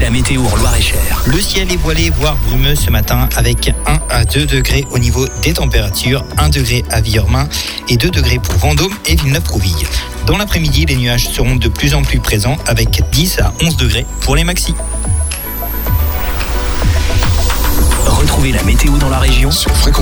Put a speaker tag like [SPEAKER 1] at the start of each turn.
[SPEAKER 1] la météo en Loire-et-Cher.
[SPEAKER 2] Le ciel est voilé, voire brumeux ce matin, avec 1 à 2 degrés au niveau des températures, 1 degré à Villormain et 2 degrés pour Vendôme et Villeneuve-Prouville. Dans l'après-midi, les nuages seront de plus en plus présents, avec 10 à 11 degrés pour les maxis.
[SPEAKER 1] Retrouvez la météo dans la région
[SPEAKER 3] sur Fréquence.